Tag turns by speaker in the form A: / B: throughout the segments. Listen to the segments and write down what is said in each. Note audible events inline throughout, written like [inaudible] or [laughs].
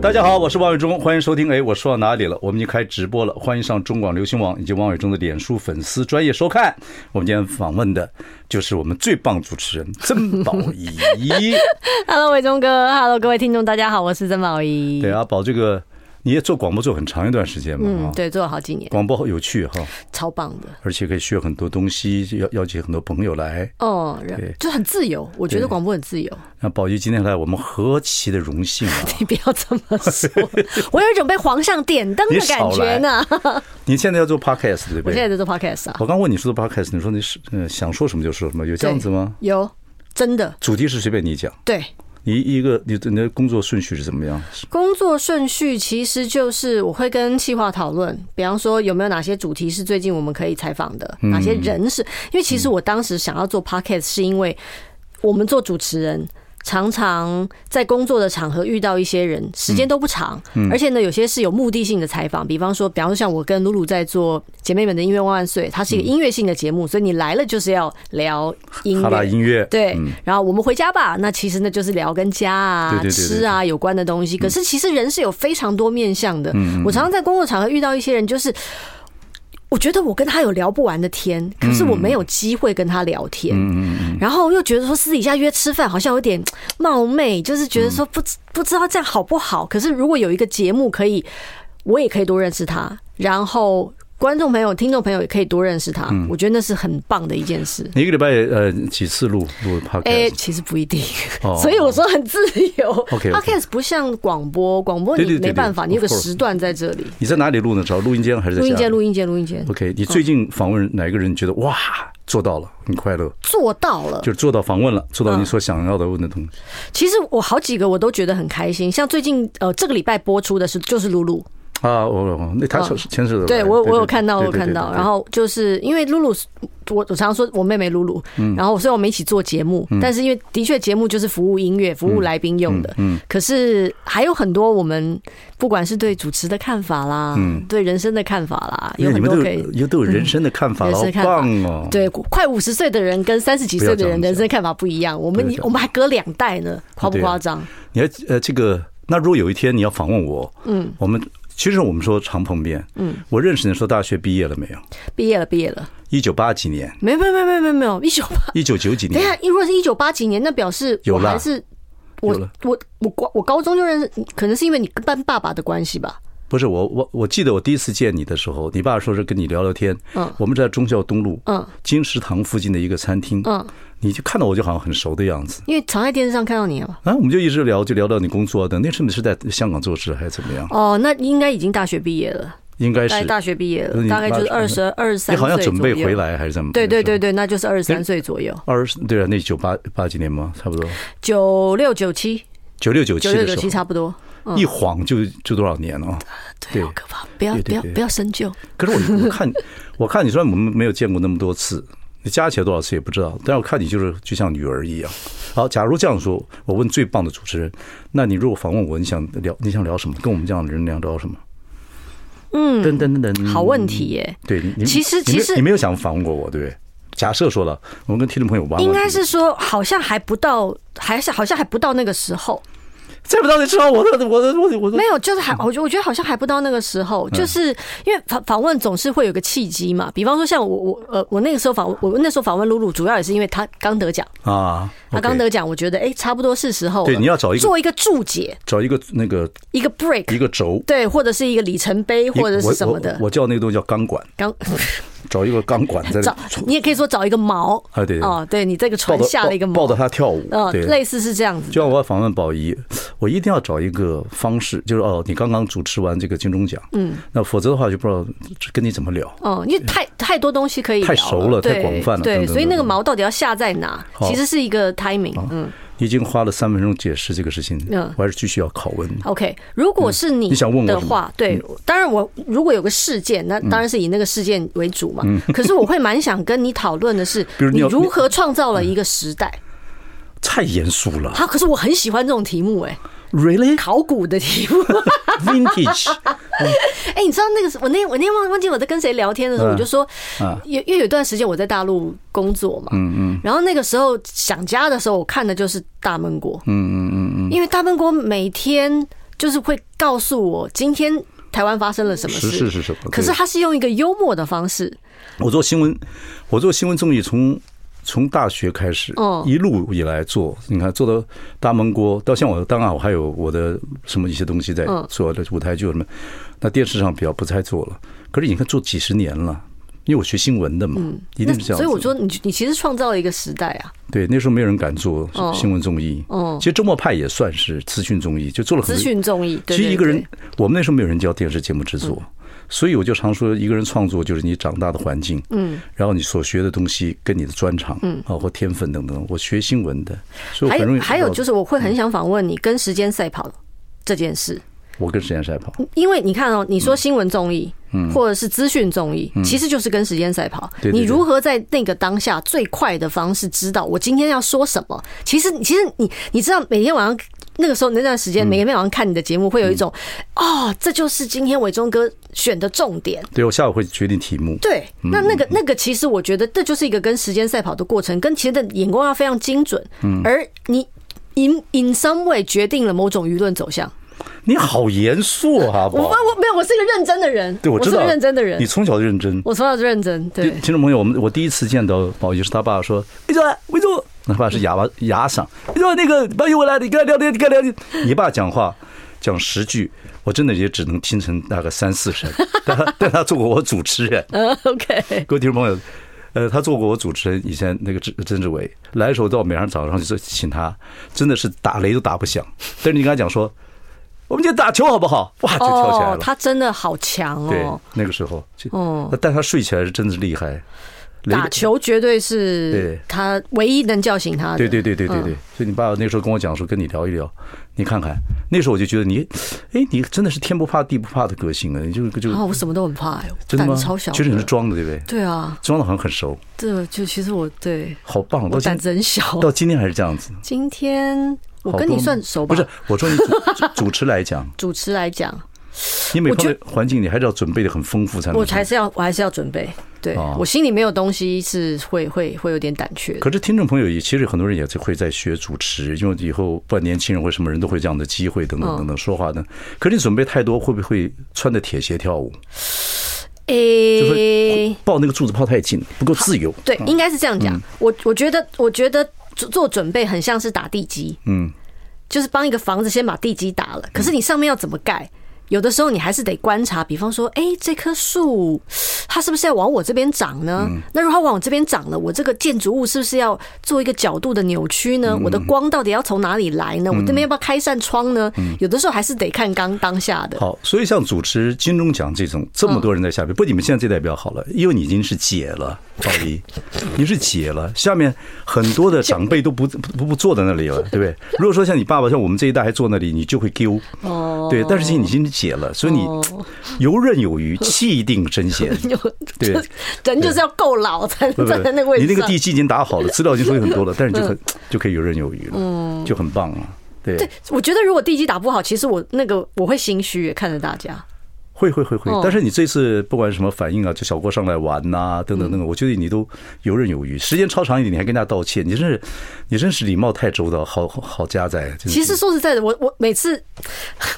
A: 大家好，我是王伟忠，欢迎收听。哎，我说到哪里了？我们已经开直播了，欢迎上中广流行网以及王伟忠的脸书粉丝专业收看。我们今天访问的就是我们最棒主持人曾宝仪。
B: Hello，伟忠哥，Hello，各位听众，大家好，我是曾宝仪。
A: 对，阿啊宝，这个你也做广播做很长一段时间嘛？
B: 嗯
A: 啊，
B: 对，做了好几年，
A: 广播好有趣哈，
B: 超棒的。
A: 而且可以学很多东西，邀邀请很多朋友来。
B: 哦，
A: 对
B: 人就很自由，我觉
A: 对
B: 得广播很自由。
A: 那宝仪今天来，我们何其的荣幸
B: [laughs]
A: 啊！
B: 你不要这么
A: [laughs]
B: 说，我有一种被皇上点灯的感觉呢。
A: 你现在要做 podcast 对不
B: 我现在
A: 对？
B: 在做 podcast 啊，
A: 我刚问你说做 podcast，你说你是嗯、想说什么就说什么，有哦这样子吗？
B: 对？有，真的
A: 主题是随便你讲，
B: 对。
A: 你一个你的你的工作顺序是怎么样？
B: 工作顺序其实就是我会跟企划讨论，比方说有没有哪些主题是最近我们可以采访的，哪些人是因为其实我当时想要做 podcast 是因为我们做主持人。常常在工作的场合遇到一些人，时间都不长，而且呢，有些是有目的性的采访，比方说，比方说像我跟露露在做《姐妹们的音乐万万岁》，它是一个音乐性的节目，所以你来了就是要聊音
A: 哈拉
B: 乐，
A: 音乐，
B: 对
A: 嗯，
B: 然后我们回家吧。那其实那就是聊跟家啊、
A: 对对对对嗯
B: 吃啊有关的东西。可是其实人是有非常多面向的。我常常在工作场合遇到一些人，就是我觉得我跟他有聊不完的天，可是我
A: 嗯
B: 没有机会跟他聊天。然后又觉得说私底下约吃饭好像有点冒昧，就是觉
A: 嗯
B: 得说不知不知道这样好不好。可是如果有一个节目可以，我也可以多认识他，然后。观众朋友、听众朋友也可以多认识他，
A: 嗯
B: 我觉得那是很棒的一件事。
A: 你一个礼拜呃几次录录 podcast？、
B: 哎、其实不一定，
A: 哦
B: 所以我说很自由。
A: OK，OK
B: Podcast 不像广播，广播
A: 对对
B: 你
A: 对对
B: 没办法，
A: of
B: 你有个
A: course
B: 时段在这里。
A: 你在哪里录呢？找录音间还是在
B: 录音间，录
A: 音
B: 音间，录音间，嗯
A: ？OK，你最近访问哪个人？你觉得哇做到了，很快乐，
B: 做到了。
A: 就是做到访问了，做
B: 嗯
A: 到你所想要的问的东西。
B: 其实我好几个我都觉得很开心，像最近呃这个礼拜播出的是就是露露，
A: 啊，我我那他是牵涉的，
B: 哦对我我有看到，我
A: 对
B: 有
A: 对
B: 看
A: 对
B: 到。
A: 对
B: 然后就是因为露露是，我我常说我妹妹露露，
A: 嗯
B: 然后虽然我们一起做节目，但是因为的确节目就是服务
A: 嗯
B: 音乐、服务来宾用的，可是还有很多我们不管是对主持的看法啦，对人生的看法啦，
A: 嗯因
B: 有
A: 为你们
B: 很多
A: 都
B: 可以嗯
A: 有。有都有人生的看法，
B: 人
A: 好
B: 生的看法
A: 棒哦！，
B: 对，快五十岁的人跟三十几岁
A: 不要
B: 的
A: 这样
B: 人
A: 讲
B: 人生看法不一样，我们
A: 不要这样
B: 我们还隔两代呢，夸不
A: 对啊
B: 夸张？
A: 你还呃这个，那如果有一天你要访问我，嗯，我们其实我们说常碰面，嗯，我认识你的时候大学毕业了没有？
B: 毕业了，毕业了，
A: 一九八几年，
B: 没有没有没有没有没有没有，一九八
A: 一九九几
B: 等一
A: 年，
B: 下，如果是一九八几年，那表示
A: 有
B: 我
A: 啦
B: 还是
A: 有
B: 我
A: 了
B: 我我高我高中就认识你，可能是因为你跟爸爸的关系吧。
A: 不是我我我记得我第一次见你的时候，你爸说是跟你聊聊天，
B: 嗯
A: 我们在忠孝东路，
B: 嗯，
A: 金石堂附近的一个餐厅，
B: 嗯，
A: 你就看到我就好像很熟的样子。
B: 因为常在电视上看到你了嘛。
A: 啊，我们就一直聊，就聊到你工作的。那是不是在香港做事还是怎么样？
B: 哦，那应该已经大学毕业了，
A: 应该
B: 大
A: 是
B: 概大学毕业
A: 那
B: 了，
A: 你
B: 大概就是
A: 那
B: 二十二十
A: 你
B: 三岁
A: 好像准备
B: 左右
A: 回。来还是怎么？
B: 对对对，对，那就是二十三岁左右，
A: 二十对啊，那九八八几年嘛，差不多
B: 九六九七，
A: 九六九七
B: 九六
A: 的时
B: 九七嗯
A: 候，
B: 差不多。
A: 一晃就就多少年
B: [laughs]
A: 了啊。对
B: 对，好可怕！不要
A: 对对
B: 不要
A: 对
B: 不要深究。
A: 可是我我看我看你虽然我们没有见过那么多次，你加起来多少次也不知道，但是我看你就是就像女儿一样。好，假如这样说，我问最棒的主持人，那你如果访问我，你想聊你想聊什么？跟我们这样的人聊聊什么？嗯，噔噔噔噔，
B: 好问题耶、
A: 对，你你
B: 其实
A: 你没
B: 其实
A: 你没有想访问过我，对不对？假设说了，我们跟听众朋友玩，
B: 应该是说好像还不到，还是好像还不到那个时候。
A: 再不到你知道我的我的我的我的
B: 没有，就是
A: 嗯
B: 还我觉我觉得好像还不到那个时候，就是因为访访问总是会有个契机嘛。比方说像我我呃我那个时候访我那时候访问露露，主要也是因为她刚得奖，
A: 啊，
B: 她
A: OK
B: 刚得奖，我觉得哎、差不多是时候了。
A: 对你要找一个
B: 做一个注解，
A: 找一个那个
B: 一个 break，
A: 一个轴，
B: 对，或者是一个里程碑，或者
A: 我
B: 是什么的
A: 我。我叫那个东西叫钢管， [laughs]
B: 刚
A: 找一个钢管在
B: 找
A: 那
B: 你也可以说找一个锚
A: 啊对对
B: 哦，对你这个船
A: 抱着
B: 下了一个
A: 抱抱着
B: 锚，
A: 他跳舞，
B: 嗯，
A: 对。
B: 类似是这样子。
A: 就像我要访问宝仪，我一定要找一个方式，就是哦，你刚刚主持完这个金钟奖，嗯，那否则的话就不知道跟你怎么聊。
B: 哦，因为太太多东西可以
A: 太
B: 聊
A: 熟了太
B: 对
A: 广泛了等
B: 对，
A: 等
B: 所以那个
A: 等等
B: 锚到底要下在哪，
A: 好
B: 其实是一个 timing，嗯，
A: 你已经花了三分钟解释这个事情，
B: 嗯
A: 我还是继续要拷问你。
B: OK，如果是你
A: 嗯你想问我
B: 的
A: 什么嗯
B: 话，对，当然我如果有个事件，那当然是以那个事件为主嘛。可是我会蛮想跟你讨论的是，
A: 嗯 [laughs] 比如你嗯
B: 你
A: 有
B: 如何创造了一个时代。
A: 太严肃了
B: 好，可是我很喜欢这种题目、哎， [laughs]
A: ，really
B: 考古的题目。
A: vintage
B: 哎、你知道那个是我那我那天忘忘记我在跟谁聊天的时候，
A: 嗯
B: 我就说
A: 嗯，
B: 因因为有一段时间我在大陆工作嘛，嗯嗯，然后那个时候想家的时候，我看的就是大闷锅，嗯嗯嗯嗯，因为大闷锅每天就是会告诉我今天台湾发生了什么
A: 时
B: 事，
A: 事是什么？
B: 可是
A: 对
B: 他是用一个幽默的方式，
A: 我做新闻，我做新闻综艺从从大学开始
B: 嗯，
A: 一路以来做，你看做到大闷锅，到像我当然我还有我的什么一些东西在
B: 嗯
A: 做的舞台剧什么，那电视上比较不太做了。可是你看做几十年了，因为我学新闻的嘛，一定
B: 嗯那
A: 是这样子。
B: 所以我说你你其实创造了一个时代啊，
A: 对，那时候没有人敢做
B: 哦
A: 新闻综艺。
B: 哦
A: 其实周末派也算是资讯综艺，就做了很多。
B: 资讯综艺，对
A: 其实一个
B: 对嗯
A: 人，我们那时候没有人教电视节目制作，所以我就常说，一个人创作就是你长大的环境，嗯，然后你所学的东西跟你的专长，嗯，啊或天分等等。我学新闻的，所以
B: 对
A: 我
B: 还
A: 很容易哦
B: 有还有
A: 找到
B: 就是我会很想访问你跟时间赛跑这件事。
A: 我跟时间赛跑，
B: 因为你看
A: 嗯
B: 哦，你说新闻综艺，或者是资讯综艺，其实就是跟时间赛跑。
A: 对对
B: 你如何在那个当下最快的方式知道我今天要说什么？其实，其实你你知道，每天晚上那个时候那段时间，
A: 嗯
B: 每天晚上看你的节目，会有一种、哦，这就是今天伟忠哥选的重点。
A: 对我下午会决定题目，
B: 对，那那个那个，其实我觉得这就是一个跟时间赛跑的过程，跟其实的眼光要非常精准，
A: 嗯
B: 而你 in in some way 决定了某种舆论走向。
A: 你好严肃啊，
B: 我
A: 宝
B: 我，我没有，我是一个认真的人，
A: 对我
B: 我
A: 知
B: 是
A: 道
B: 个认真的人
A: 你，从小就认真。
B: 我从小就认真，对
A: 听众朋友，我们我第一次见到宝仪是他爸说：“魏总，啊魏总，他爸是哑巴哑嗓，魏总那个把你我来，你跟他聊天，你跟他聊天。你爸讲话讲十句，我真的也只能听成大概三四声。 [laughs] 但他但他做过我主持人，
B: 嗯，OK，
A: 各位听众朋友，呃，他做过我主持人，以前那个曾曾志伟来的时候，到每天早上就请他，真的是打雷都打不响。但是你跟他讲说，我们今天打球好不好？哇，就跳起来
B: 哦，
A: 了。
B: 他真的好强
A: 对
B: 哦，，
A: 那个时候，就
B: 哦
A: 但他睡起来是真的是厉害。雷
B: 打球绝对是
A: 对
B: 他唯一能叫醒他的，
A: 对对对对对对
B: 嗯，
A: 所以你爸爸那时候跟我讲说，跟你聊一聊，你看看。那时候我就觉得你，哎，你真的是天不怕地不怕的个性啊，你就就
B: 啊，我什么都很怕，哎我
A: 真的
B: 胆
A: 吗？
B: 子超小的，
A: 觉得你是装的，对不对？
B: 对啊，
A: 装的好像很熟，
B: 这就其实我对
A: 好棒！到
B: 我
A: 今
B: 胆子很小，
A: 到今天还是这样子。
B: 今天我
A: 好
B: 跟
A: 多
B: 你
A: 吗
B: 算熟吧，
A: 不是，嗯我说你主 [laughs] 主主持来讲，
B: 主持来讲，
A: 你每
B: 我
A: 方
B: 觉
A: 面环境你还是要准备的很丰富才能。
B: [laughs] 我还是要我还是要准备，对
A: 哦
B: 我心里没有东西是会会会有点胆怯的，
A: 可是听众朋友也其实很多人也是会在学主持，因为以后不管年轻人或什么人都会这样的机会
B: 嗯
A: 等等等等说话等。可是你准备太多，会不会穿着铁鞋跳舞？就
B: 诶
A: 会。抱那个柱子抱太近，不够自由。
B: 对，应该是这样
A: 嗯
B: 讲。我我觉得，我觉得做做准备很像是打地基，
A: 嗯，
B: 就是帮一个房子先把地基打了，可是你上面要怎么盖？有的时候你还是得观察，比方说，哎、这棵树它是不是要往我这边长呢？
A: 嗯
B: 那如果它往我这边长了，我这个建筑物是不是要做一个角度的扭曲
A: 嗯
B: 呢？我的光到底要从哪里来呢？我这边要不要开一扇窗呢？有的时候还是得看刚当下的。
A: 嗯好，所以像主持金钟奖这种，这么多人在下面，不，你们现在这代表好了，因为你已经是姐了，赵 [laughs] 丽，你是姐了，下面很多的长辈都不不不不坐在那里 [laughs] 了，对不对？如果说像你爸爸，像我们这一代还坐那里，你就会丢。
B: 哦
A: 对，但是你已经是姐了，所以你游刃有余，气定神 [laughs] 闲。
B: 有
A: 对
B: 就是 [laughs] 人就是要够老才
A: 不
B: 能
A: 不
B: 站在那个
A: 不，
B: 位
A: 你
B: 置
A: 那
B: 上。
A: 个地基已经打好了，资料已经收集很多了，但是你就 [laughs] 很就可以游刃有余了，就很棒了。对，
B: 对，我觉得如果地基打不好，其实我那个我会心虚耶，看着大家。
A: 会会会会
B: 哦，
A: 但是你这次不管什么反应啊，就小郭上来玩呐、等
B: 嗯
A: 等等等，我觉得你都游刃有余。时间超长一点，你还跟大家道歉，你真是，你真是礼貌太周到，好好好家在。真的是
B: 其实说实在的，我我每次， [laughs]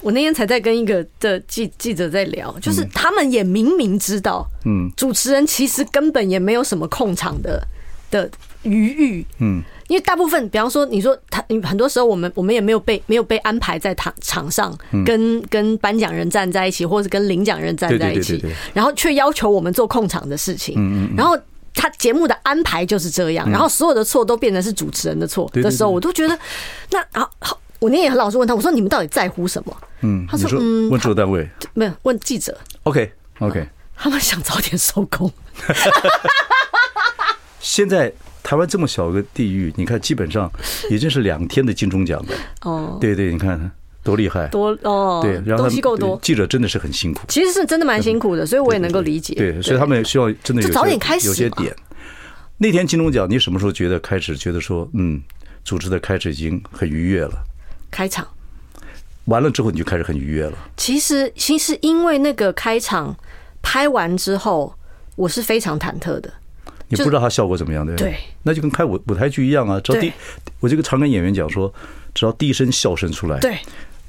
B: 我那天才在跟一个的记记者在聊，
A: 嗯
B: 就是他们也明明知道，嗯，主持人其实根本也没有什么控场的的余裕，嗯。因为大部分，比方说，你说他，你很多时候我们我们也没有被没有被安排在场场上，
A: 嗯
B: 跟跟颁奖人站在一起，或是跟领奖人站
A: 对
B: 在一
A: 对对
B: 起
A: 对对，
B: 然后却要求我们做控场的事
A: 嗯
B: 情，然后他节目的安排就是这样，然后所有的错都变成是主持人的错
A: 对对
B: 的时候，
A: 对
B: 我都觉得那好好。我那天也很老实问他，我说你们到底在乎什么？
A: 嗯，
B: 他
A: 你
B: 说
A: 说
B: 嗯
A: 问制作单位
B: 没有问记者，
A: ，OK OK，
B: 他们想早点收工。
A: 现在台湾这么小个地域，你看基本
B: [laughs]
A: 上已经是两天的金钟奖了。
B: 哦，
A: 对对，你看多厉害。
B: 多哦，
A: 对，然后他
B: 东
A: 们
B: 西够多
A: 对，记者真的是很辛苦。
B: 其实是真的蛮辛苦的，所以我也能够理解。
A: 对，所以他们需要真的有
B: 就早点开
A: 些
B: 始
A: 有些
B: 嘛
A: 点。那天金钟奖，你什么时候觉得开始觉得说，嗯，组织的开始已经很愉悦了？
B: 开场。
A: 完了之后你就开始很愉悦了。
B: 其实，其实因为那个开场拍完之后，我是非常忐忑的。
A: 你
B: 就
A: 不知道它效果怎么样，对不
B: 对
A: 那就跟开舞舞台剧一样啊，只要第
B: 对，
A: 我就常跟演员讲说，只要第一声笑声出来，
B: 对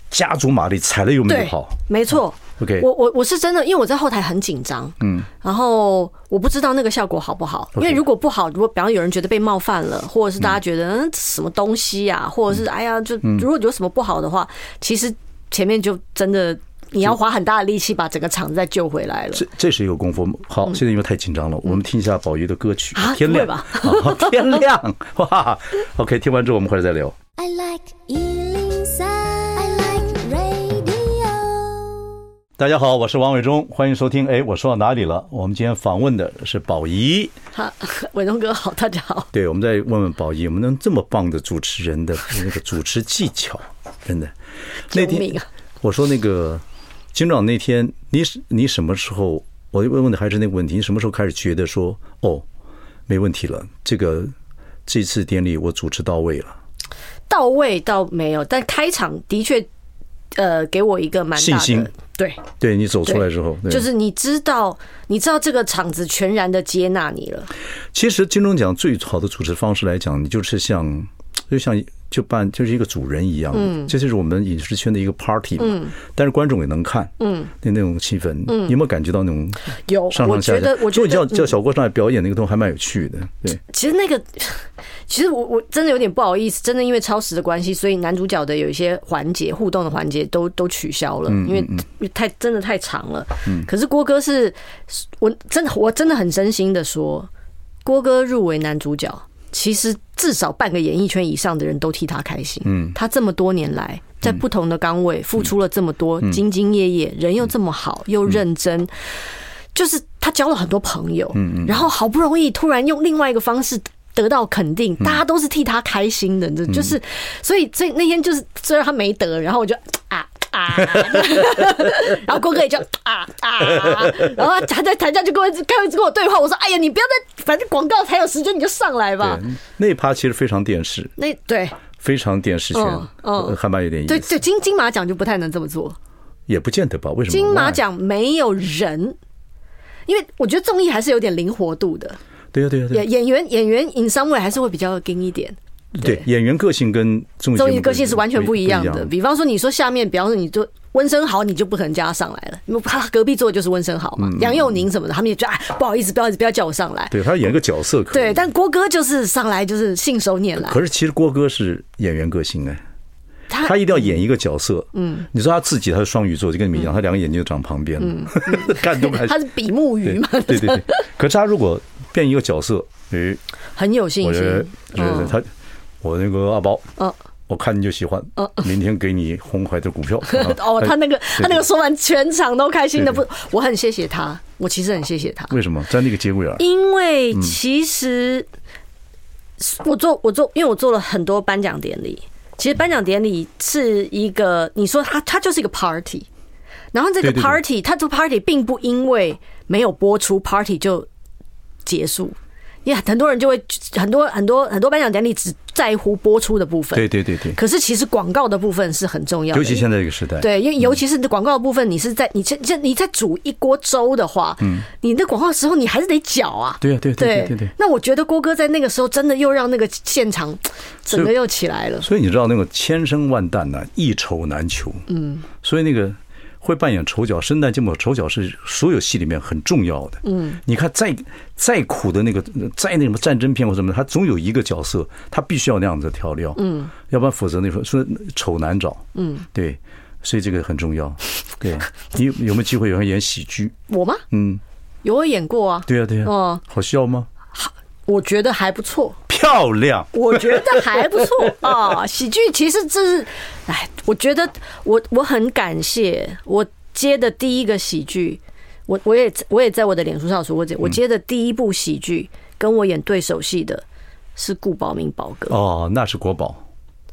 A: 加足马力，踩了又没有
B: 对
A: 跑。，
B: 没错。
A: OK，
B: 我我我是真的，因为我在后台很紧张，嗯，然后我不知道那个效果好不好，因为如果不好，如果比方有人觉得被冒犯了，或者是大家觉得嗯这什么东西呀、或
A: 嗯
B: 者是哎呀，就如果有什么不好的话，其实前面就真的你要花很大的力气把整个场子再救回来了。
A: 这这是一个功夫。好，现在因为太紧张了，我们听一下宝仪的歌曲
B: 嗯啊
A: 《天亮》
B: [laughs] 不
A: 好，天亮，哇，OK，听完之后我们回来再聊。
C: I like Ealing Sound. I like radio.
A: 大家好，我是王伟忠，欢迎收听。哎，我说到哪里了？我们今天访问的是宝仪。
B: 好， [laughs] 伟东哥好，大家好。
A: 对，我们再问问宝仪，我们能这么棒的主持人的那个主持技巧， [laughs] 真的。那
B: 救
A: 天
B: 命啊
A: 我说那个金长那天，你是你什么时候？我问问的还是那个问题，你什么时候开始觉得说哦，没问题了，这个这次典礼我主持到位了，
B: 到位倒没有，但开场的确，呃，给我一个蛮大
A: 信
B: 的
A: 心
B: 对，
A: 对你走出来之后，对
B: 就是你知道，你知道这个场子全然的接纳你了，
A: 其实金钟奖最好的主持方式来讲，你就是像，就像就办就是一个主人一样，嗯，这就是我们影视圈的一个 party 嘛，嗯，但是观众也能看，嗯，那那种气氛，嗯，你有没有感觉到那种
B: 有，
A: 上
B: 我
A: 上下
B: 觉得嗯
A: 下，？
B: 我
A: 就
B: 觉
A: 叫
B: 得
A: 叫小郭上来表演那个东西还蛮有趣的，对，
B: 其实那个，其实我我真的有点不好意思，真的因为超时的关系，所以男主角的有一些环节互动的环节都都取消了，
A: 嗯
B: 因为因为太真的太长了。可是郭哥是，我真的我真的很真心的说，郭哥入围男主角，其实至少半个演艺圈以上的人都替他开心。嗯，他这么多年来
A: 嗯
B: 在不同的岗位付出了这么多，兢兢业业，人又这么好，又
A: 嗯
B: 认真。就是他交了很多朋友，
A: 嗯
B: 然后好不容易突然用另外一个方式得到肯定，
A: 嗯
B: 大家都是替他开心的，这就是，所以所以那天就是虽然他没得，然后我就啊。
A: [laughs]
B: 啊，然后郭哥也就啊啊，然后他在台下就跟我一直跟我一直跟我对话，我说：“哎呀，你不要再，反正广告才有时间，你就上来吧。
A: 对，那一趴其实非常电视，
B: 那”对
A: 非常电视圈
B: 嗯，嗯
A: 呃还蛮有点意
B: 对
A: 思，
B: 对，金金马奖就不太能这么做。
A: 也不见得吧？为什么？
B: 金马
A: Why？
B: 奖没有人，因为我觉得综艺还是有点灵活度的。
A: 对呀对呀对呀
B: 演演员演员尹商位还是会比较硬一点，
A: 对，演员个性跟综艺节
B: 综
A: 目
B: 艺个性是完全不一样的。比方说，你说下面，比方说你做温升豪，你就不可能叫他上来了，因为他隔壁坐的就是温升豪嘛，杨佑宁什么的，他们也觉得哎不好意思，不好意思，不要叫我上来。
A: 嗯对他演个角色可以
B: 对，但郭哥就是上来就是信手拈来，
A: 可是其实郭哥是演员个性哎。[laughs]
B: 他
A: 他一定要演一个角色，嗯，你说他自己他是双鱼座，就跟你们一样，他两个眼睛就长旁边了， [laughs] 看都看
B: 嗯他是比目鱼
A: 对
B: 嘛，
A: 对对对。可是他如果变一个角色，诶，
B: [laughs] 很有信
A: 我觉得觉
B: 心。
A: 得他，我那个阿宝，
B: 嗯。
A: 我看你就喜欢，明天给你红海的股票
B: [laughs] [laughs]
A: 哎
B: 哦，他那个他那个
A: 对
B: 说完全场都开心的不
A: 对，
B: 我很谢谢他，我其实很谢谢他。
A: 为什么在那个节骨眼儿？
B: 因为其实我做我做，因为我做了很多颁奖典礼。其实颁奖典礼是一个，你说它它就是一个 party，然后这个
A: 对对对
B: party 它这个 party 并不因为没有播出 party 就结束，因为很多人就会很多很多很多颁奖典礼只在乎播出的部分，
A: 对对对对，
B: 可是其实广告的部分是很重要的，
A: 尤其现在这个时代，
B: 对，因为尤其是你的广告的部分，你是在你这这你在煮一锅粥的话，嗯，你的广告时候你还是得搅啊。
A: 对啊对对对对对
B: 那我觉得郭哥在那个时候真的又让那个现场整个又起来了。
A: 所以你知道那个千生万旦呐、一筹难求。嗯，所以那个会扮演丑角，生旦净末丑角是所有戏里面很重要的。嗯，你看再再苦的那个，再那什么战争片或什么的，他总有一个角色，他必须要那样子调料。嗯，要不然否则那时候说丑难找。嗯，对，所以这个很重要。对，你有有没有机会有人演喜剧？
B: 我吗？
A: 嗯，
B: 有我演过啊，
A: 对呀、对呀、
B: 哦
A: 好笑吗？
B: 我觉得还不错，
A: 漂亮。
B: 我觉得还不错 [laughs] 啊。喜剧其实这是，哎，我觉得我我很感谢我接的第一个喜剧，我我
A: 嗯
B: 也我也在我的脸书上说过这，我接的第一部喜剧跟我演对手戏的是顾宝明宝哥。
A: 哦，那是国宝，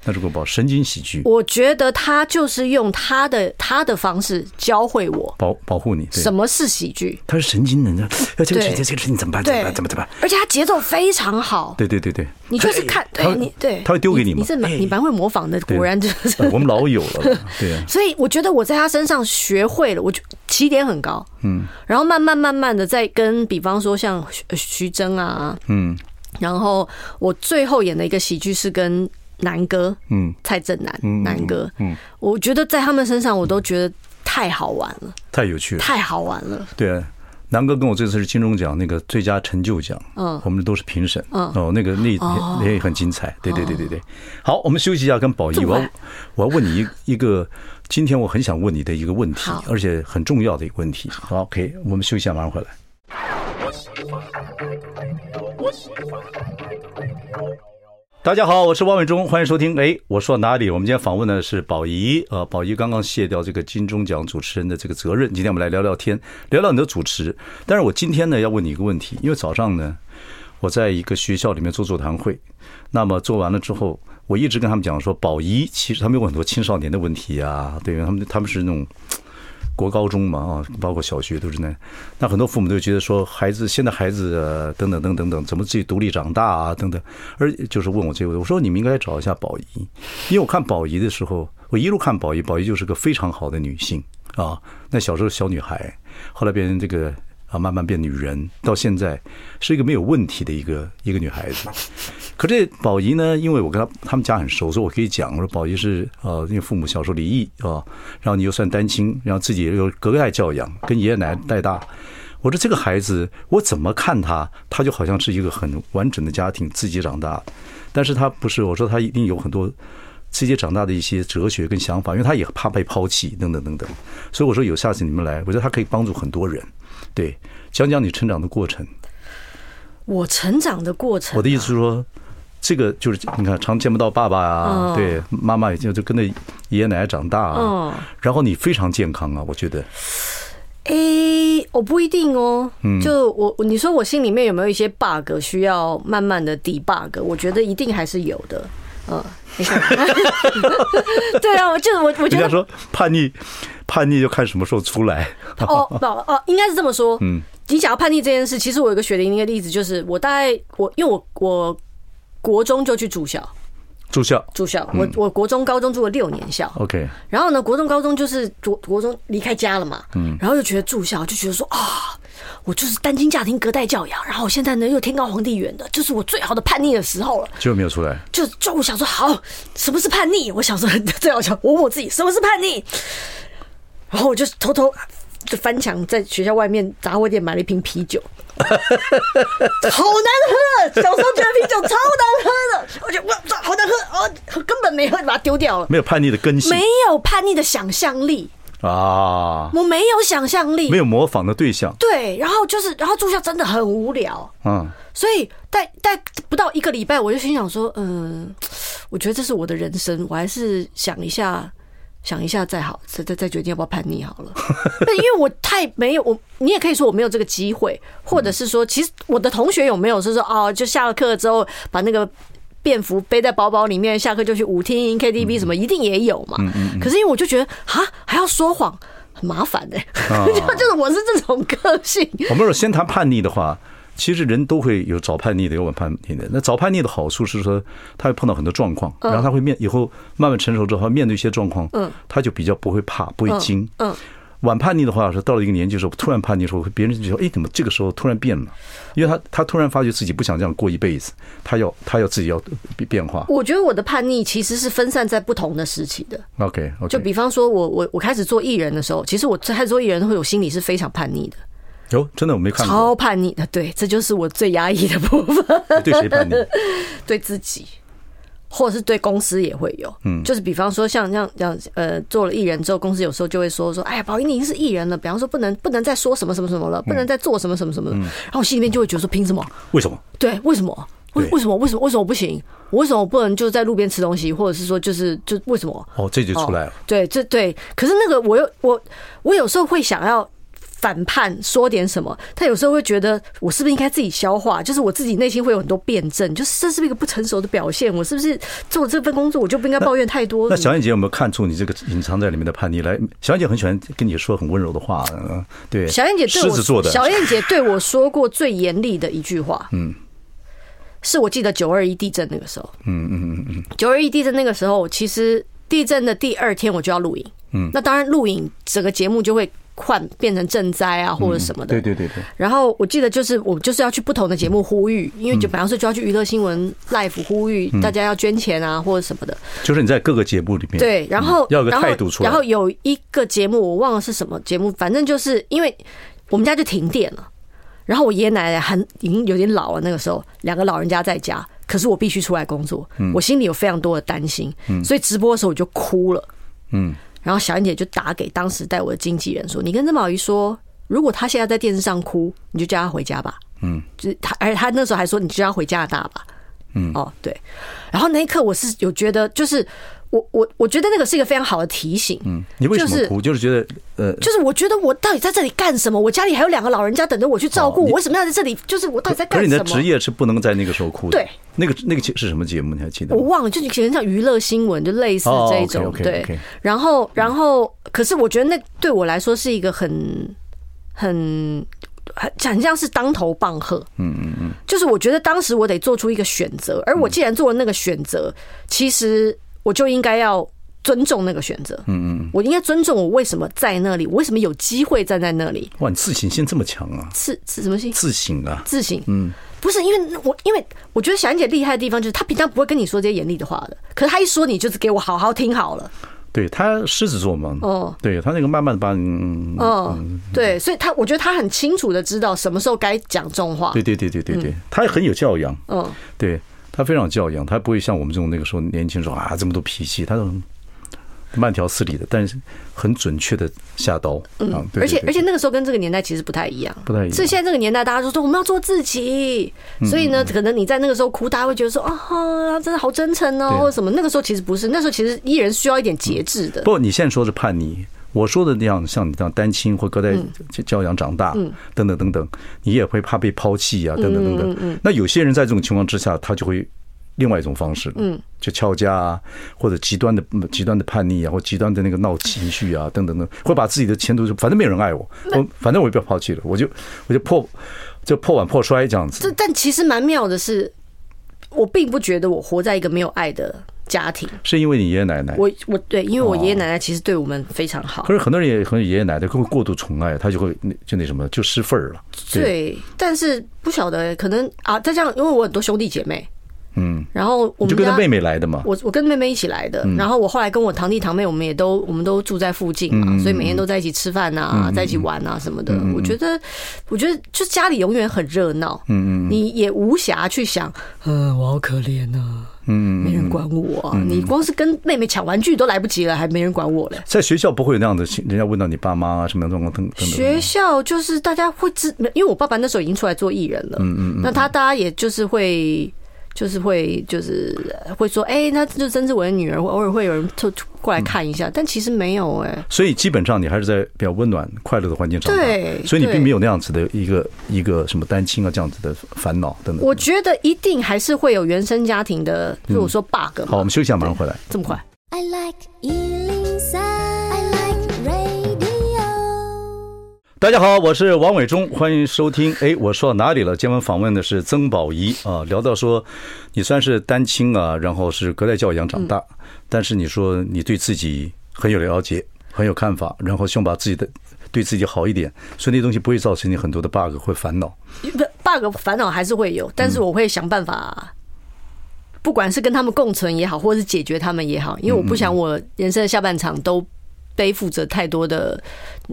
A: 那是国宝，神经喜剧
B: 我觉得他就是用他的他的方式教会我
A: 保保护你。对
B: 什么是喜剧，
A: 他是神经人啊！要这个这
B: 对
A: 个这个事情怎么办？啊怎么办？怎么怎么办？
B: 而且他节奏非常好，
A: 对对对 [laughs] 对，
B: 你就是看，
A: 他会
B: 对你对，
A: 他会丢给你吗哎
B: 你是蛮你蛮会模仿的，
A: 对
B: 果然就是。
A: 呃我们老友了
B: [laughs]
A: 啦，对啊，
B: 所以我觉得我在他身上学会了，我就起点很高，嗯，然后慢慢慢慢的再跟，比方说像徐呃徐峥啊，
A: 嗯
B: 然后我最后演的一个喜剧是跟南哥
A: 嗯，
B: 蔡正南南哥，
A: 嗯，
B: 我觉得在他们身上我都觉得太好玩了，
A: 太有趣了。
B: 太好玩了，
A: 对啊，南哥跟我这次是金钟奖那个最佳成就奖，
B: 嗯
A: 我们都是评审，嗯，哦，那个那那也很精彩，对对对对对。好，我们休息一下，跟宝仪，
B: 哦这么
A: 我要
B: 快
A: 我要问你一一个，今天我很想问你的一个问题
B: 好，
A: 而且很重要的一个问题。好，OK，我们休息一下，马上回来。大家好，我是汪伟忠，欢迎收听。哎，我说到哪里？我们今天访问的是宝仪，呃，宝仪刚刚卸掉这个金钟奖主持人的这个责任。今天我们来聊聊天，聊聊你的主持。但是我今天呢要问你一个问题，因为早上呢我在一个学校里面做座谈会，那么做完了之后，我一直跟他们讲说，宝仪其实他们有很多青少年的问题啊，对，他们他们是那种国高中嘛啊，包括小学都是那样。那很多父母都觉得说，孩子现在孩子呃等等等等等，怎么自己独立长大啊等等，而就是问我这个，我说你们应该找一下宝仪，因为我看宝仪的时候，我一路看宝仪，宝仪就是个非常好的女性啊。那小时候小女孩，后来变成这个啊，慢慢变女人，到现在是一个没有问题的一个一个女孩子。可这宝仪呢，因为我跟她他们家很熟，所以我可以讲，我说宝仪是呃，因为父母小时候离异啊，然后你又算单亲，然后自己又隔代教养，跟爷爷奶奶带大。我说这个孩子，我怎么看他，他就好像是一个很完整的家庭，自己长大。但是他不是，我说他一定有很多自己长大的一些哲学跟想法，因为他也怕被抛弃，等等等等。所以我说有下次你们来，我觉得他可以帮助很多人。对，讲讲你成长的过程。
B: 我成长的过程
A: 我，的意思是说，这个就是你看，常见不到爸爸啊，
B: 嗯
A: 对，妈妈也就就跟着爷爷奶奶长大啊。
B: 嗯。
A: 然后你非常健康啊，我觉得
B: 诶、我不一定哦。
A: 嗯
B: 就我你说我心里面有没有一些 bug 需要慢慢的 debug？我觉得一定还是有的。嗯，
A: [laughs]
B: 你看， [laughs] 对啊，我就我我
A: 人
B: 觉
A: 家
B: 得
A: 说叛逆，叛逆就看什么时候出来。
B: 哦不哦，应该是这么说。嗯，你讲到叛逆这件事，其实我有一个血淋淋的例子，就是我大概我因为我我国中就去住校，
A: 住校
B: 住校，
A: 嗯
B: 我我国中高中住了六年校。
A: ，OK，
B: 然后呢，国中、高中就是国国中离开家了嘛，然后就觉得住校，就觉得说啊，我就是单亲家庭隔代教养，然后我现在呢又天高皇帝远的，就是我最好的叛逆的时候了。
A: 就没有出来。
B: 就就我想说，好，什么是叛逆？我想说，最好想我问我自己，什么是叛逆？然后我就偷偷就翻墙，在学校外面杂货店买了一瓶啤酒，好难喝！小时候觉得啤酒超难喝的，我觉得哇，好难喝啊，根本没喝，把它丢掉了。
A: 没有叛逆的根性
B: 没有叛逆的想象力，
A: 啊，
B: 我没有想象力，
A: 没有模仿的对象，
B: 对，然后就是，然后住校真的很无聊，
A: 嗯，
B: 所以待待不到一个礼拜，我就心想说，嗯，我觉得这是我的人生，我还是想一下，想一下再好，再再再决定要不要叛逆好了。 [laughs] 但因为我太没有，我你也可以说我没有这个机会，或者是说，其实我的同学有没有是说，哦，就下了课之后把那个。便服背在包包里面，下课就去舞厅、KTV 什么，一定也有嘛。可是因为我就觉得啊，还要说谎，很麻烦哎、
A: 啊
B: [laughs] 就就是我是这种个性，
A: 我们说先谈叛逆的话，其实人都会有早叛逆的，有晚叛逆的。那早叛逆的好处是说，他会碰到很多状况，
B: 嗯
A: 然后他会面以后慢慢成熟之后，他面对一些状况，嗯，他就比较不会怕，不会惊，
B: 嗯嗯
A: 晚叛逆的话是到了一个年纪的时候，突然叛逆的时候，别人就觉得哎，怎么这个时候突然变了？因为他他突然发觉自己不想这样过一辈子，他要他要自己要变变化。
B: 我觉得我的叛逆其实是分散在不同的时期的。
A: OK
B: 就
A: OK，
B: 比方说我，我我开始做艺人的时候，其实我开始做艺人会有心理是非常叛逆的，
A: 有、真的我没看过，
B: 超叛逆的。对，这就是我最压抑的部分， [laughs]
A: 你对谁叛逆？
B: 对自己，或者是对公司也会有。嗯，就是比方说像像像呃，做了艺人之后，公司有时候就会说说，哎呀，宝仪你已经是艺人了，比方说不能不能再说什么什么什么了，
A: 嗯
B: 不能再做什么什么什么了。然后我心里面就会觉得说，凭什么？
A: 为什么？
B: 对，为什么？为
A: 对
B: 为什么？为什么？为什么不行？我为什么不能就在路边吃东西，或者是说就是就为什么？
A: 哦，这就出来了
B: 哦。对，这对，可是那个我又我我有时候会想要反叛说点什么，他有时候会觉得我是不是应该自己消化？就是我自己内心会有很多辩证，就是这是不是一个不成熟的表现？我是不是做这份工作我就不应该抱怨太多？
A: 那小燕姐有没有看出你这个隐藏在里面的叛逆来？小燕姐很喜欢跟你说很温柔的话，呃对，
B: 小燕姐对
A: 狮
B: 我
A: 子座的，
B: 小燕姐对我说过最严厉的一句话，嗯，是我记得九二一地震那个时候，嗯嗯嗯嗯，九二一地震那个时候，其实地震的第二天我就要录影，嗯，那当然录影整个节目就会换变成赈灾啊或者什么的，
A: 嗯对对对对，
B: 然后我记得就是我就是要去不同的节目呼吁，因为就本来是就要去娱乐新闻 live 呼吁大家要捐钱啊或者什么的，
A: 就是你在各个节目里面，嗯
B: 对，然后、
A: 要有个
B: 然后
A: 态度出来
B: 然后有一个节目我忘了是什么节目，反正就是因为我们家就停电了，然后我爷爷奶奶很已经有点老了，那个时候两个老人家在家，可是我必须出来工作，
A: 嗯
B: 我心里有非常多的担心，所以直播的时候我就哭了。
A: 嗯，
B: 然后小燕姐就打给当时带我的经纪人说：“你跟郑宝仪说，如果她现在在电视上哭，你就叫她回家吧。”嗯，就是她，而且她那时候还说：“你就叫她回加拿大吧。”嗯，哦，对。然后那一刻，我是有觉得，就是我我我觉得那个是一个非常好的提醒。嗯，
A: 你为什
B: 就是
A: 么哭？就是觉得呃，
B: 就是我觉得我到底在这里干什么？我家里还有两个老人家等着我去照顾，
A: 哦你
B: 我为什么要在这里？就是我到底在
A: 可
B: 干
A: 是
B: 什
A: 你
B: 么？
A: 的职业是不能在那个时候哭的。
B: 对，
A: 那个那个节是什么节目？你还记得
B: 我
A: 吗？
B: 忘了，就有点像娱乐新闻，就类似这一种。
A: 哦，OK，OK，OK
B: 对，然后，然后，可是我觉得那对我来说是一个很、很、很很像是当头棒喝。嗯嗯嗯，就是我觉得当时我得做出一个选择，而我既然做了那个选择，其实我就应该要。尊重那个选择，嗯嗯，我应该尊重我为什么在那里，我为什么有机会站在那里，
A: 哇，你自省心这么强啊！
B: 是是什么心？
A: 自省啊，
B: 自省。嗯，不是因为我，因为我觉得小燕姐厉害的地方就是她平常不会跟你说这些严厉的话的，可是她一说你就是给我好好听好了。
A: 对他狮子座嘛，
B: 哦，
A: 对他那个慢慢的把你，嗯
B: 嗯，对，所以她我觉得她很清楚的知道什么时候该讲重话
A: 对。对对对对对，他很有教养，
B: 嗯，
A: 对他非常有教养，他不会像我们这种那个时候年轻时候啊这么多脾气，他都很慢条斯理的，但是很准确的下刀，嗯，对对
B: 而且
A: 对
B: 而且那个时候跟这个年代其实不太一样，
A: 不太一样嗯
B: 所以现在这个年代，大家都说我们要做自己，所以呢，可能你在那个时候哭，大家会觉得说啊，哈真的好真诚哦，
A: 对啊
B: 或者什么。那个时候其实不是，那时候其实艺人需要一点节制的。
A: 不，你现在说是叛逆，我说的那样，像你这样单亲或隔代
B: 嗯
A: 教养长大，等等等等，你也会怕被抛弃啊，
B: 嗯
A: 等等等等。那有些人在这种情况之下，他就会另外一种方式，嗯，就翘家啊，或者极端的嗯极端的叛逆啊，或极端的那个闹情绪啊，等等等，
B: 嗯
A: 会把自己的前途就反正没有人爱我，我反正我也不要抛弃了，我就我就破就破碗破摔这样
B: 这
A: 子。
B: 但其实蛮妙的是，我并不觉得我活在一个没有爱的家庭。
A: 是因为你爷爷奶奶，
B: 我我对，因为我爷爷奶奶其实对我们非常好，
A: 可是很多人也很爷爷奶奶会过度宠爱，他就会那就那什么就失份儿了。
B: 对，但是不晓得可能啊，再加上因为我很多兄弟姐妹，嗯，然后我
A: 你就
B: 们
A: 跟
B: 家
A: 着妹妹来的嘛。
B: 我我跟妹妹一起来的，然后我后来跟我堂弟堂妹，我们也都我们都住在附近嘛，所以每天都在一起吃饭啊，在一起玩啊什么的。我觉得，我觉得就家里永远很热闹，嗯嗯，你也无暇去想，嗯，我好可怜啊，嗯，没人管我啊，你光是跟妹妹抢玩具都来不及了，还没人管我嘞。
A: 在学校不会有那样的情，人家问到你爸妈啊什么样的状况等等等。
B: 学校就是大家会知，因为我爸爸那时候已经出来做艺人了，嗯嗯那他大家也就是会。就是会，就是会说，哎、那这就真是我的女儿。偶尔会有人就就过来看一
A: 嗯
B: 下，但其实没有、哎，
A: 所以基本上你还是在比较温暖、快乐的环境长大，
B: 对
A: 所以你
B: 对
A: 并没有那样子的一个一个什么单亲啊这样子的烦恼等等。
B: 我觉得一定还是会有原生家庭的，如果说 bug 嘛，
A: 嗯好，我们休息一下，马上回来。
B: 这么快。
C: I like Ealing Sound. I like radio.
A: 大家好，我是王伟忠，欢迎收听。哎，我说到哪里了？今晚访问的是曾宝仪啊，聊到说你算是单亲啊，然后是隔代教养长大，
B: 嗯
A: 但是你说你对自己很有了解，很有看法，然后希望把自己的对自己好一点，所以那东西不会造成你很多的 bug 或烦恼。
B: 不 bug 烦恼还是会有，但是我会想办法，不管是跟他们共存也好，或者是解决他们也好，因为我不
A: 嗯
B: 想我人生的下半场都背负着太多的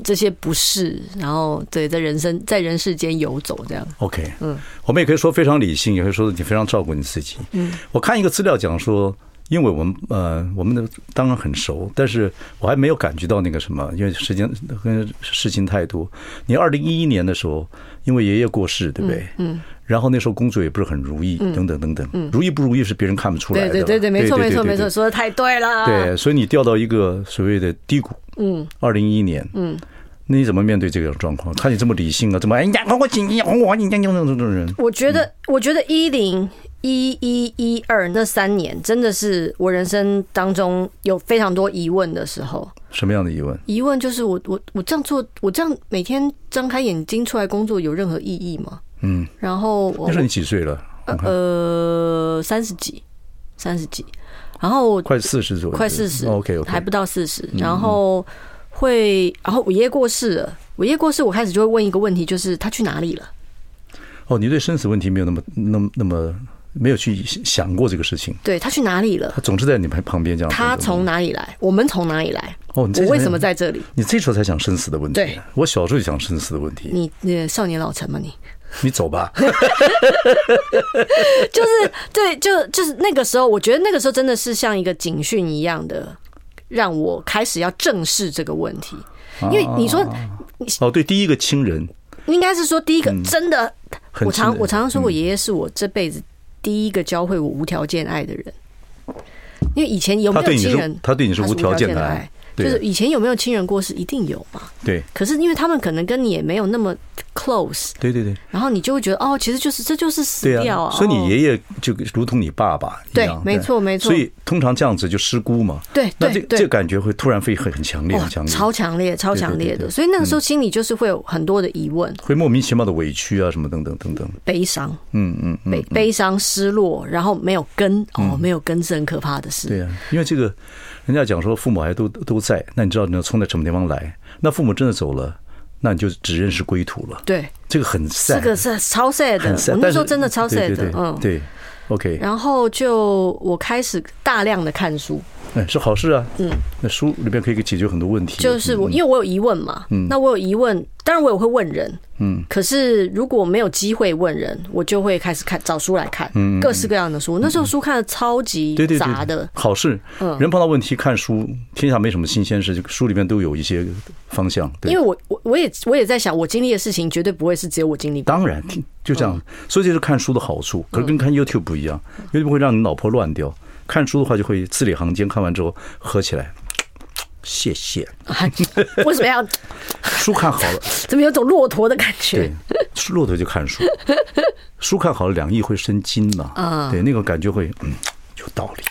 B: 这些不适，然后对在人生在人世间游走这样。
A: OK，嗯，我们也可以说非常理性，也可以说你非常照顾你自己。嗯，我看一个资料讲说，因为我们呃，我们的当然很熟，但是我还没有感觉到那个什么，因为时间跟事情太多。你二零一一年的时候，因为爷爷过世，对不对？嗯。然后那时候工作也不是很如意，等等等等，如意不如意是别人看不出来的。
B: 对嗯对对对，没错没错没错，
A: 对
B: 说的太对了。
A: 对，所以你掉到一个所谓的低谷。嗯，二零一一年，嗯，那你怎么面对这个状况？看你这么理性啊，怎么哎呀，我紧你哄我，你这样这种人，
B: 我觉
A: 嗯
B: 得，我觉得一零一一一二那三年真的是我人生当中有非常多疑问的时候。
A: 什么样的疑问？
B: 疑问就是我我我这样做，我这样每天张开眼睛出来工作有任何意义吗？嗯，然后我
A: 那时候你几岁了？
B: 呃三十几，三十几，然后我
A: 快哦四十左右，
B: 快四十
A: OK OK，
B: 还不到四十，然后会，然后我爷爷过世了，我爷爷过世，我开始就会问一个问题，就是他去哪里了？
A: 哦，你对生死问题没有那么那么那么没有去想过这个事情，
B: 对他去哪里了？
A: 他总是在你旁旁边这样。
B: 他从哪里来？我们从哪里来？
A: 哦，你这
B: 我为什么在这里？
A: 你这时候才想生死的问题？
B: 对，嗯
A: 我小时候就想生死的问题。
B: 你你少年老成吗？你
A: 你走
B: [laughs]
A: 吧，
B: 就是对，就就是那个时候，我觉得那个时候真的是像一个警讯一样的，让我开始要正视这个问题。
A: 啊
B: 因为你说
A: 哦，对，第一个亲人
B: 应该是说第一个真的，
A: 嗯很嗯
B: 我
A: 亲
B: 常
A: 人
B: 我常常说我爷爷是我这辈子第一个教会我无条件爱的人，因为以前有没
A: 他对
B: 有
A: 你是
B: 亲人，
A: 他对你是
B: 他
A: 无条件的
B: 的
A: 爱
B: 爱，就
A: 对
B: 是以前有没有亲人过世一定有嘛，
A: 对
B: 可是因为他们可能跟你也没有那么 close，
A: 对对对
B: 然后你就会觉得哦，其实就是这就是死
A: 对
B: 掉
A: 啊，
B: 啊，
A: 所以你
B: 爷
A: 爷爷就如同你爸爸一
B: 对
A: 样，
B: 没错没错
A: 所以通常这样子就失孤嘛，
B: 对
A: 那
B: 对
A: 这
B: 对
A: 这感觉会突然会很很强烈，
B: 哇
A: 很强烈，
B: 超强烈超强
A: 对
B: 烈
A: 对嗯
B: 的，
A: 对
B: 所以那个时候心里就是会有很多的疑问、
A: 会莫名其妙的委屈啊，什么等等等等，
B: 悲伤、
A: 嗯嗯嗯，
B: 悲悲伤、失落，然后没有根哦，没有根是很可怕的事。
A: 对啊，因为这个，人家讲说父母还都都在，那你知道你要从在什么地方来？那父母真的走了，那你就只认识归途了。
B: 对，
A: 这个很 sad，
B: 这个是超 sad 的
A: 很，sad。
B: 我那
A: 但
B: 时候
A: 是
B: 真的超 sad
A: 对
B: 的
A: 对，对
B: 嗯。
A: 对，OK，
B: 然后就我开始大量的看书，
A: 哎，是好事啊。嗯，那书里面可以解决很多问题。
B: 就是我因为我有疑问嘛，
A: 嗯
B: 那我有疑问，当然我也会问人，嗯，可是如果没有机会问人，我就会开始看找书来看，各式各样的书。那时候书看的超级
A: 嗯对对对
B: 杂的，嗯
A: 好事。人碰到问题看书，天下没什么新鲜事，书里面都有一些方向。对
B: 因为我我我也我也在想，我经历的事情绝对不会是只有我经历过，
A: 当然，就这
B: 嗯
A: 样。所以这是看书的好处，可是跟看 YouTube 不一样，YouTube 会让你脑波乱掉。看书的话就会字里行间，看完之后合起来，谢谢。
B: 为什么要
A: 书看好
B: [laughs]
A: 了，
B: 怎么有种骆驼的感觉
A: 对？，骆驼就看书，书看好了，两翼会生津嘛，啊，对，那个感觉会，嗯，有道理。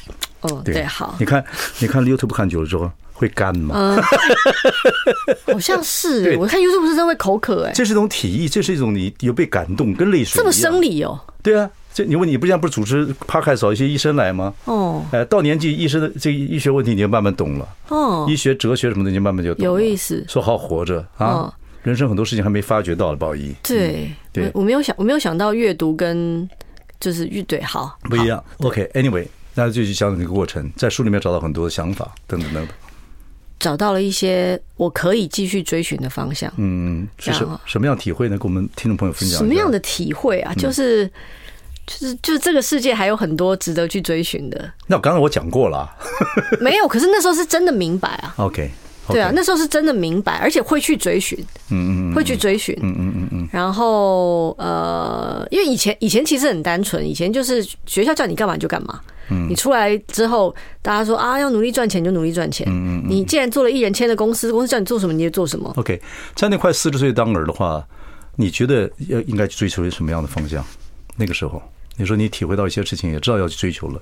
B: 哦，对，好
A: 你，看，你看 YouTube 看久了之后会干嘛？
B: 好像是
A: 对
B: 我看 YouTube 是真的会口渴哎，
A: 这是一种体意，这是一种你有被感动，跟泪水
B: 这么
A: 一样
B: 生理哦，
A: 对啊，这你问你不像不是主持 podcast 找一些医生来吗？
B: 哦
A: 哎，到年纪医生的这个医学问题你就慢慢懂了，
B: 哦
A: 医，学、哲学什么的你就慢慢就懂了。
B: 有意思
A: 说好好活着啊
B: 哦，
A: 人生很多事情还没发觉到，宝仪。
B: 对，
A: 嗯对
B: 我我没有想，我没有想到阅读跟就是阅对好
A: 不一样。OK，Anyway，、那就去想想这个过程，在书里面找到很多想法，等等等等。
B: 找到了一些我可以继续追寻的方向。
A: 嗯，是
B: 这
A: 什
B: 样啊
A: 什么样体会呢？跟我们听众朋友分享一下
B: 什么样的？体会
A: 嗯
B: 啊？就是就是就是这个世界还有很多值得去追寻的。
A: 那刚刚我讲过了啊。
B: 没有，可是那时候是真的明白
A: [laughs]
B: 啊。
A: OK，, o k
B: 对啊，那时候是真的明白，而且会去追寻，嗯嗯，会去追寻，嗯嗯嗯嗯。然后呃，因为以前以前其实很单纯，以前就是学校叫你干嘛你就干嘛，嗯，你出来之后，大家说啊要努力赚钱就努力赚钱，嗯嗯，你既然做了一人签的公司，公司叫你做什么你就做什么。
A: OK，在那快四十岁当儿的话，你觉得要应该追求什么样的方向？那个时候，你说你体会到一些事情，也知道要去追求了。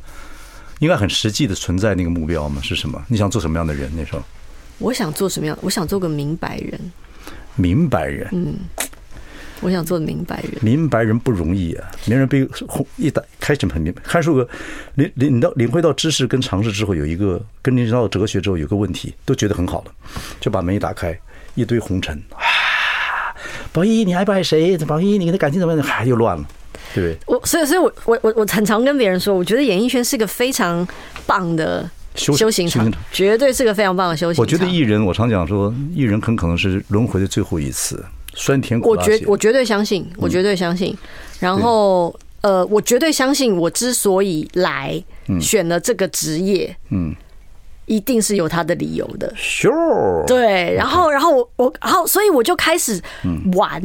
A: 应该很实际的存在那个目标嘛？是什么？你想做什么样的人？那时候，
B: 我想做什么样？我想做个明白人，
A: 明白人，
B: 我想做明白人。
A: 明白人不容易啊，明人被轰一打开始很明白，看书有个领领到领会到知识跟常识之后，有一个跟领到哲学之后有个问题，都觉得很好了，就把门一打开，一堆红尘啊，宝仪你爱不爱谁？宝仪你跟他感情怎么样？啊还又乱了，对不对？
B: 我所以，所以我我我我很常跟别人说，我觉得演艺圈是个非常棒的
A: 修
B: 修行
A: 修
B: 场
A: 行场，
B: 绝对是个非常棒的修行场。
A: 我觉得艺人，我常讲说，艺人很可能是轮回的最后一次，酸甜苦
B: 我
A: 辣
B: 绝
A: 咸
B: 我绝对相信，我绝对相信。然后呃，我绝对相信，我之所以来、选了这个职业，嗯，一定是有它的理由的。
A: sure
B: 对，然后然后我我然后所以我就开始玩、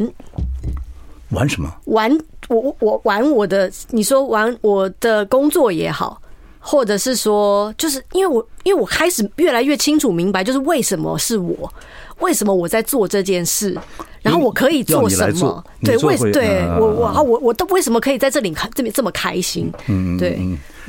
A: 玩什么？
B: 玩我我我玩我的，你说玩我的工作也好。或者是说，就是因为我因为我开始越来越清楚明白，就是为什么是我，为什么我在做这件事，然后我可以
A: 要
B: 做
A: 你来
B: 什么
A: 做？你
B: 对，
A: 做
B: 为
A: 会
B: 对
A: 嗯嗯嗯
B: 我我啊我我都为什么可以在这里开这么这么开心？嗯，对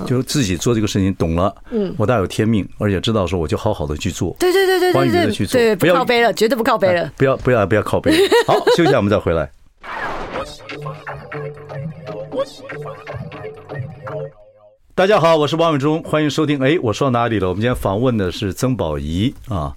A: 就自己做这个事情懂了，嗯，我大有天命，而且知道说我就好好的去做，
B: 对对对对
A: 欢迎你
B: 对
A: 的去
B: 对
A: 做
B: 对，
A: 不
B: 不
A: 要啊
B: 靠背了，绝对不靠背了。
A: 哎不要不要不要靠背。好，休息一下，我们再回来。大家好，我是王伟忠，欢迎收听。哎，我说到哪里了？我们今天访问的是曾宝仪啊。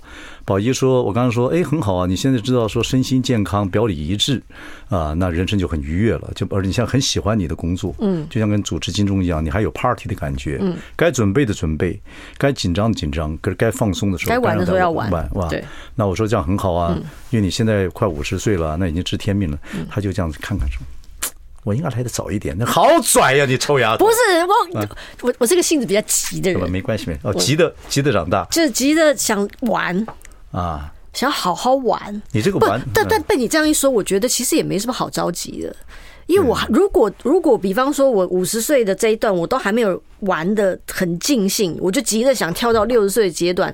A: 宝仪说，我刚刚说，哎，很好啊，你现在知道说身心健康、表里一致啊，那人生就很愉悦了。就而且你现在很喜欢你的工作，嗯，就像跟主持金钟一样，你还有 party 的感觉，嗯，该准备的准备，该紧张的紧张，该该放松的时候，
B: 该玩的时候要玩
A: 玩哇，
B: 对嗯
A: 那我说这样很好啊，因为你现在快五十岁了，那已经知天命了。他就这样子看看说，我应该来的早一点。那好拽呀、你臭丫头！
B: 不是我我我是个性子比较急的
A: 对吧？
B: 人，
A: 啊没关系，没哦，急的急的长大
B: 就是急着想玩，
A: 啊！
B: 想好好玩。
A: 你这个嗯
B: 不
A: 玩，，
B: 但但被你这样一说，我觉得其实也没什么好着急的，因为我
A: 嗯
B: 还如果如果比方说我五十岁的这一段我都还没有玩的很尽兴，我就急着想跳
A: 嗯
B: 到六十岁的阶段，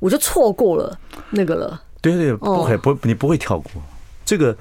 B: 我就错过了那个了。
A: 对对，不会不，你不会跳过。这个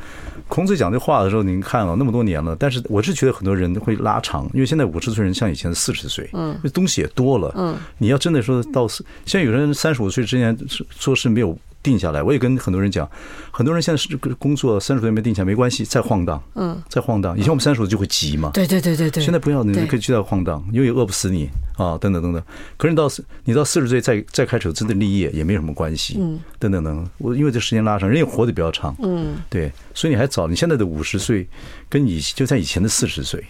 A: 孔子讲这话的时候，您看了那么多年了，但是我是觉得很多人会拉长，因为现在五十岁人像以前四十岁，嗯，东西也多了，嗯，你要真的说到四，现在有人三十五岁之前是说是没有定下来，我也跟很多人讲，很多人现在是工作三十岁没定下来没关系，再晃荡，嗯，再晃荡，以前我们三十就会急嘛，
B: 对对对对对
A: 现在不要，你
B: 对
A: 可以去在晃荡，因为饿不死你啊，等等等等。可是你到四你到四十岁再再开始真的立业也没什么关系，嗯，等等等等。我因为这时间拉长，人也活得比较长，嗯，对，所以你还早，你现在的五十岁跟以就在以前的四十岁，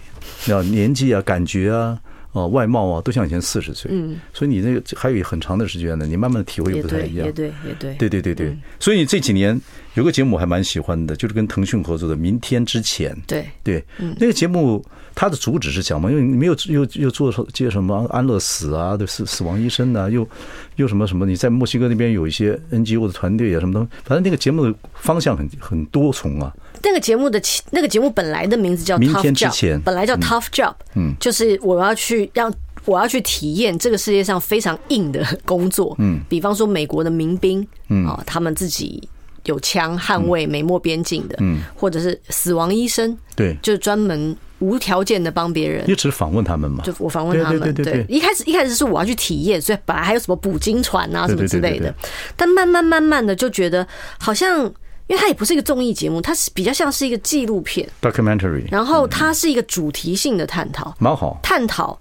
A: 那年纪啊、感觉啊。啊，外貌啊，都像以前四十岁，嗯，所以你这个还有很长的时间呢，你慢慢的体会
B: 也
A: 不太
B: 对
A: 一样，
B: 也对嗯也对
A: 对对对对，所以你这几年有个节目我还蛮喜欢的，就是跟腾讯合作的《明天之前》。
B: 对
A: 对，那个节目它的主旨是讲嘛，因为你没有又又做些什么安乐死啊，对死死亡医生呐、又又什么什么，你在墨西哥那边有一些 NGO 的团队啊，什么东西，反正那个节目的方向很很多重啊。
B: 那个节目的起那个节目本来的名字叫 Tough
A: 明
B: Job，
A: 天之前
B: 本来叫 Tough Job，嗯，就是我要去让。我要去体验这个世界上非常硬的工作，嗯，比方说美国的民兵，嗯，啊、他们自己有枪捍卫美墨边境的，嗯，或者是死亡医生，
A: 对，
B: 就是专门无条件的帮别人
A: 一，直访问他们嘛。
B: 就我访问他
A: 对
B: 们，
A: 对对对对
B: 一开始一开始是我要去体验，所以本来还有什么捕鲸船啊
A: 对
B: 什
A: 对
B: 么之类
A: 对对对
B: 的，但慢慢慢慢的就觉得好像，因为它也不是一个综艺节目，它是比较像是一个纪录片，
A: documentary
B: 然后它是一个主题性的探讨，
A: 蛮好，
B: 探讨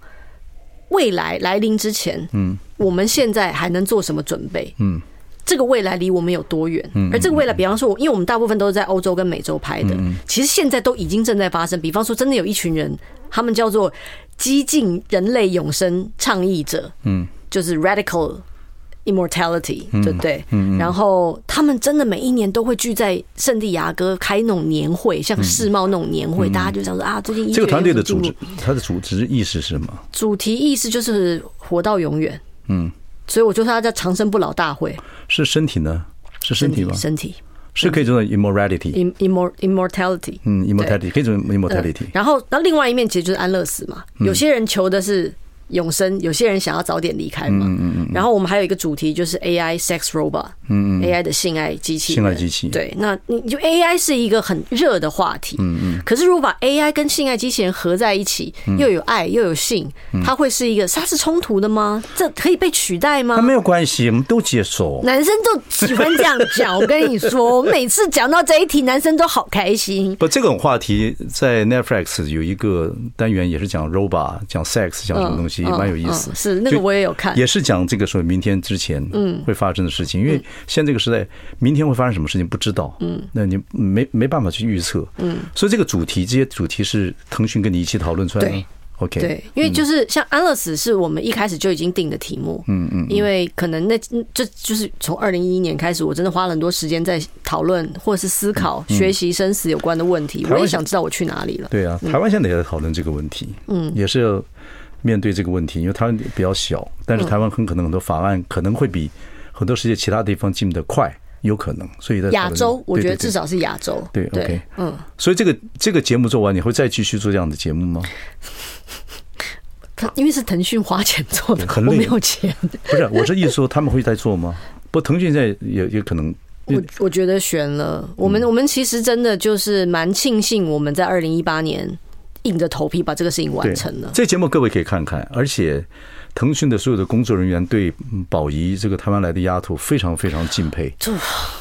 B: 未来来临之前，嗯，我们现在还能做什么准备？嗯，这个未来离我们有多远？嗯，而嗯这个未来，比方说，因为我们大部分都是在欧洲跟美洲拍的，其实现在都已经正在发生。比方说，真的有一群人，他们叫做激进人类永生倡议者，嗯，就是 radical。immortality，对不对？然后他们真的每一年都会聚在圣地亚哥开那种年会，像世贸那种年会，大家就想说啊，最近医
A: 这个
B: 学
A: 团队
B: 有
A: 的
B: 什么
A: 组
B: 进
A: 织
B: 步，
A: 它的组织意识是什么？
B: 主题意思就是活到永远。嗯，所以我就说它叫长生不老大会，
A: 是身体呢？是身体吗？
B: 身体
A: 是可以做到 immorality，
B: im immor immortality。
A: 嗯，immortality 可以做到
B: 嗯
A: immortality，嗯
B: 然后，那另外一面其实就是安乐死嘛。有些人求的是永生，有些人想要早点离开
A: 嗯
B: 嘛。然后我们还有一个主题就是 AI sex robot，嗯 AI 的性爱机器人，
A: 性爱机器
B: 对，那你就 AI 是一个很热的话题。嗯嗯。可是如果把 AI 跟性爱机器人合在一起，
A: 嗯
B: 又有爱又有性，它会是一个它是冲突的吗？这可以被取代吗
A: 那？没有关系，我们都接受。
B: 男生就喜欢这样讲，我跟你说，我每次讲到这一题，男生都好开心。
A: 不，这种话题在 Netflix 有一个单元，也是讲 robot，讲 sex，讲什么东西，
B: 嗯
A: 蛮有意思
B: 嗯。是那个
A: 就
B: 我也有看嗯
A: 也是讲这个说明天之前会发生的事情，因为现在这个时代，明天会发生什么事情不知道，嗯，那你没没办法去预测，嗯，所以这个主题，这些主题是腾讯跟你一起讨论出来的
B: 对
A: ，OK，
B: 对，因为就是像安乐死是我们一开始就已经定的题目，嗯嗯，因为可能那这就是从二零一一年开始，我真的花了很多时间在讨论或者是思考、
A: 嗯
B: 学习生死有关的问题，
A: 台湾
B: 我也想知道我去哪里了。
A: 对啊，台湾现在也在讨论这个问题，嗯，也是要面对这个问题，因为台湾比较小，但
B: 嗯
A: 是台湾很可能很多法案可能会比很多世界其他地方进得快，有可能，所以在讨论
B: 亚洲，我觉
A: 对
B: 得
A: 对对
B: 至少是亚洲。
A: 对，OK
B: 嗯，
A: 所以这个这个节目做完，你会再继续做这样的节目吗？
B: 因为是腾讯花钱做的，
A: 很
B: 我
A: 累
B: 没有钱。
A: 不是，我是意思说他们会在做吗？不，腾讯现在也也可能，
B: 我我觉得悬了。我
A: 嗯
B: 们、我们其实真的就是蛮庆幸，我们在二零一八年硬着头皮把这个事情
A: 对
B: 完成了。
A: 这节目各位可以看看，而且腾讯的所有的工作人员对嗯宝仪这个台湾来的丫头非常非常敬佩，
B: 这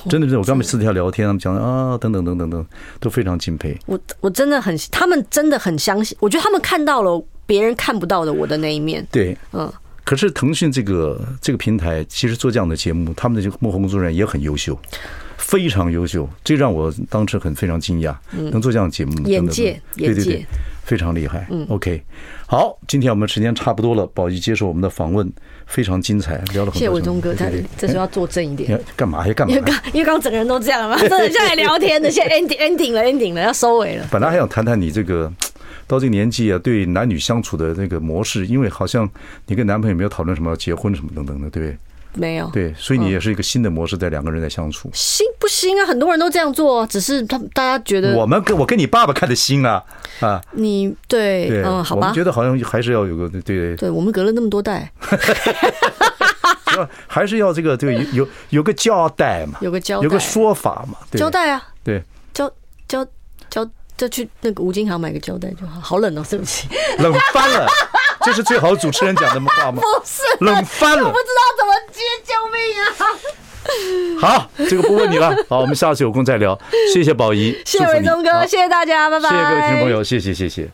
A: 真的是我跟他们私底下聊天，他们讲啊等等等等等，都非常敬佩。
B: 我我真的很，他们真的很相信，我觉得他们看到了别人看不到的我的那一面。
A: 对，
B: 嗯，
A: 可是腾讯这个这个平台，其实做这样的节目，他们的这个幕后工作人员也很优秀，非常优秀，这让我当时很非常惊讶，能做这样的节目，
B: 嗯眼
A: 等等
B: 界
A: 等对对
B: 眼
A: 对
B: 界，
A: 非常厉害。嗯，OK，好，今天我们时间差不多了，宝仪接受我们的访问，非常精彩，聊了很多。
B: 谢谢文忠哥，他
A: 对对对
B: 这时候要作证一
A: 你
B: 点
A: 要。干嘛哎呀？干
B: [laughs]
A: 嘛
B: 因为刚
A: 呀？
B: 因为刚整个人都这样
A: [laughs]
B: 了嘛，真的下来聊天的，现在 ending ending 了 ending 了，要收尾了。
A: 本来还想谈谈你这个到这个年纪啊，对男女相处的那个模式，因为好像你跟男朋友没有讨论什么结婚什么等等的，对不对？
B: 没有，
A: 对，所以
B: 嗯
A: 你也是一个新的模式，在两个人在相处。
B: 行不行啊？很多人都这样做，只是他大家觉
A: 我
B: 得
A: 们跟我跟你爸爸看的新啊啊，
B: 你对
A: 对，
B: 嗯，好
A: 我们
B: 吧
A: 觉，得好像还是要有个对，
B: 对我们隔了那么多代，
A: 要还是要这个对有有有个交代嘛，
B: 有个交代，
A: 有个说法嘛，对
B: 胶带啊，
A: 对，
B: 胶胶胶，就去那个五金行买个胶带就好。好冷哦，对 [laughs] 不起，
A: 冷翻了， [laughs] 这是最好主持人讲的话吗？
B: 不是，
A: 冷翻
B: [laughs] 我
A: 了
B: 不，知道怎么接，救命啊！
A: 好，这个不问你了，好，我们下次有空再聊，谢谢宝仪，祝
B: 谢谢
A: 福
B: 伟
A: 你
B: 忠哥，
A: 好
B: 谢谢大家，拜拜，
A: 谢谢各位听众朋友，谢谢谢谢。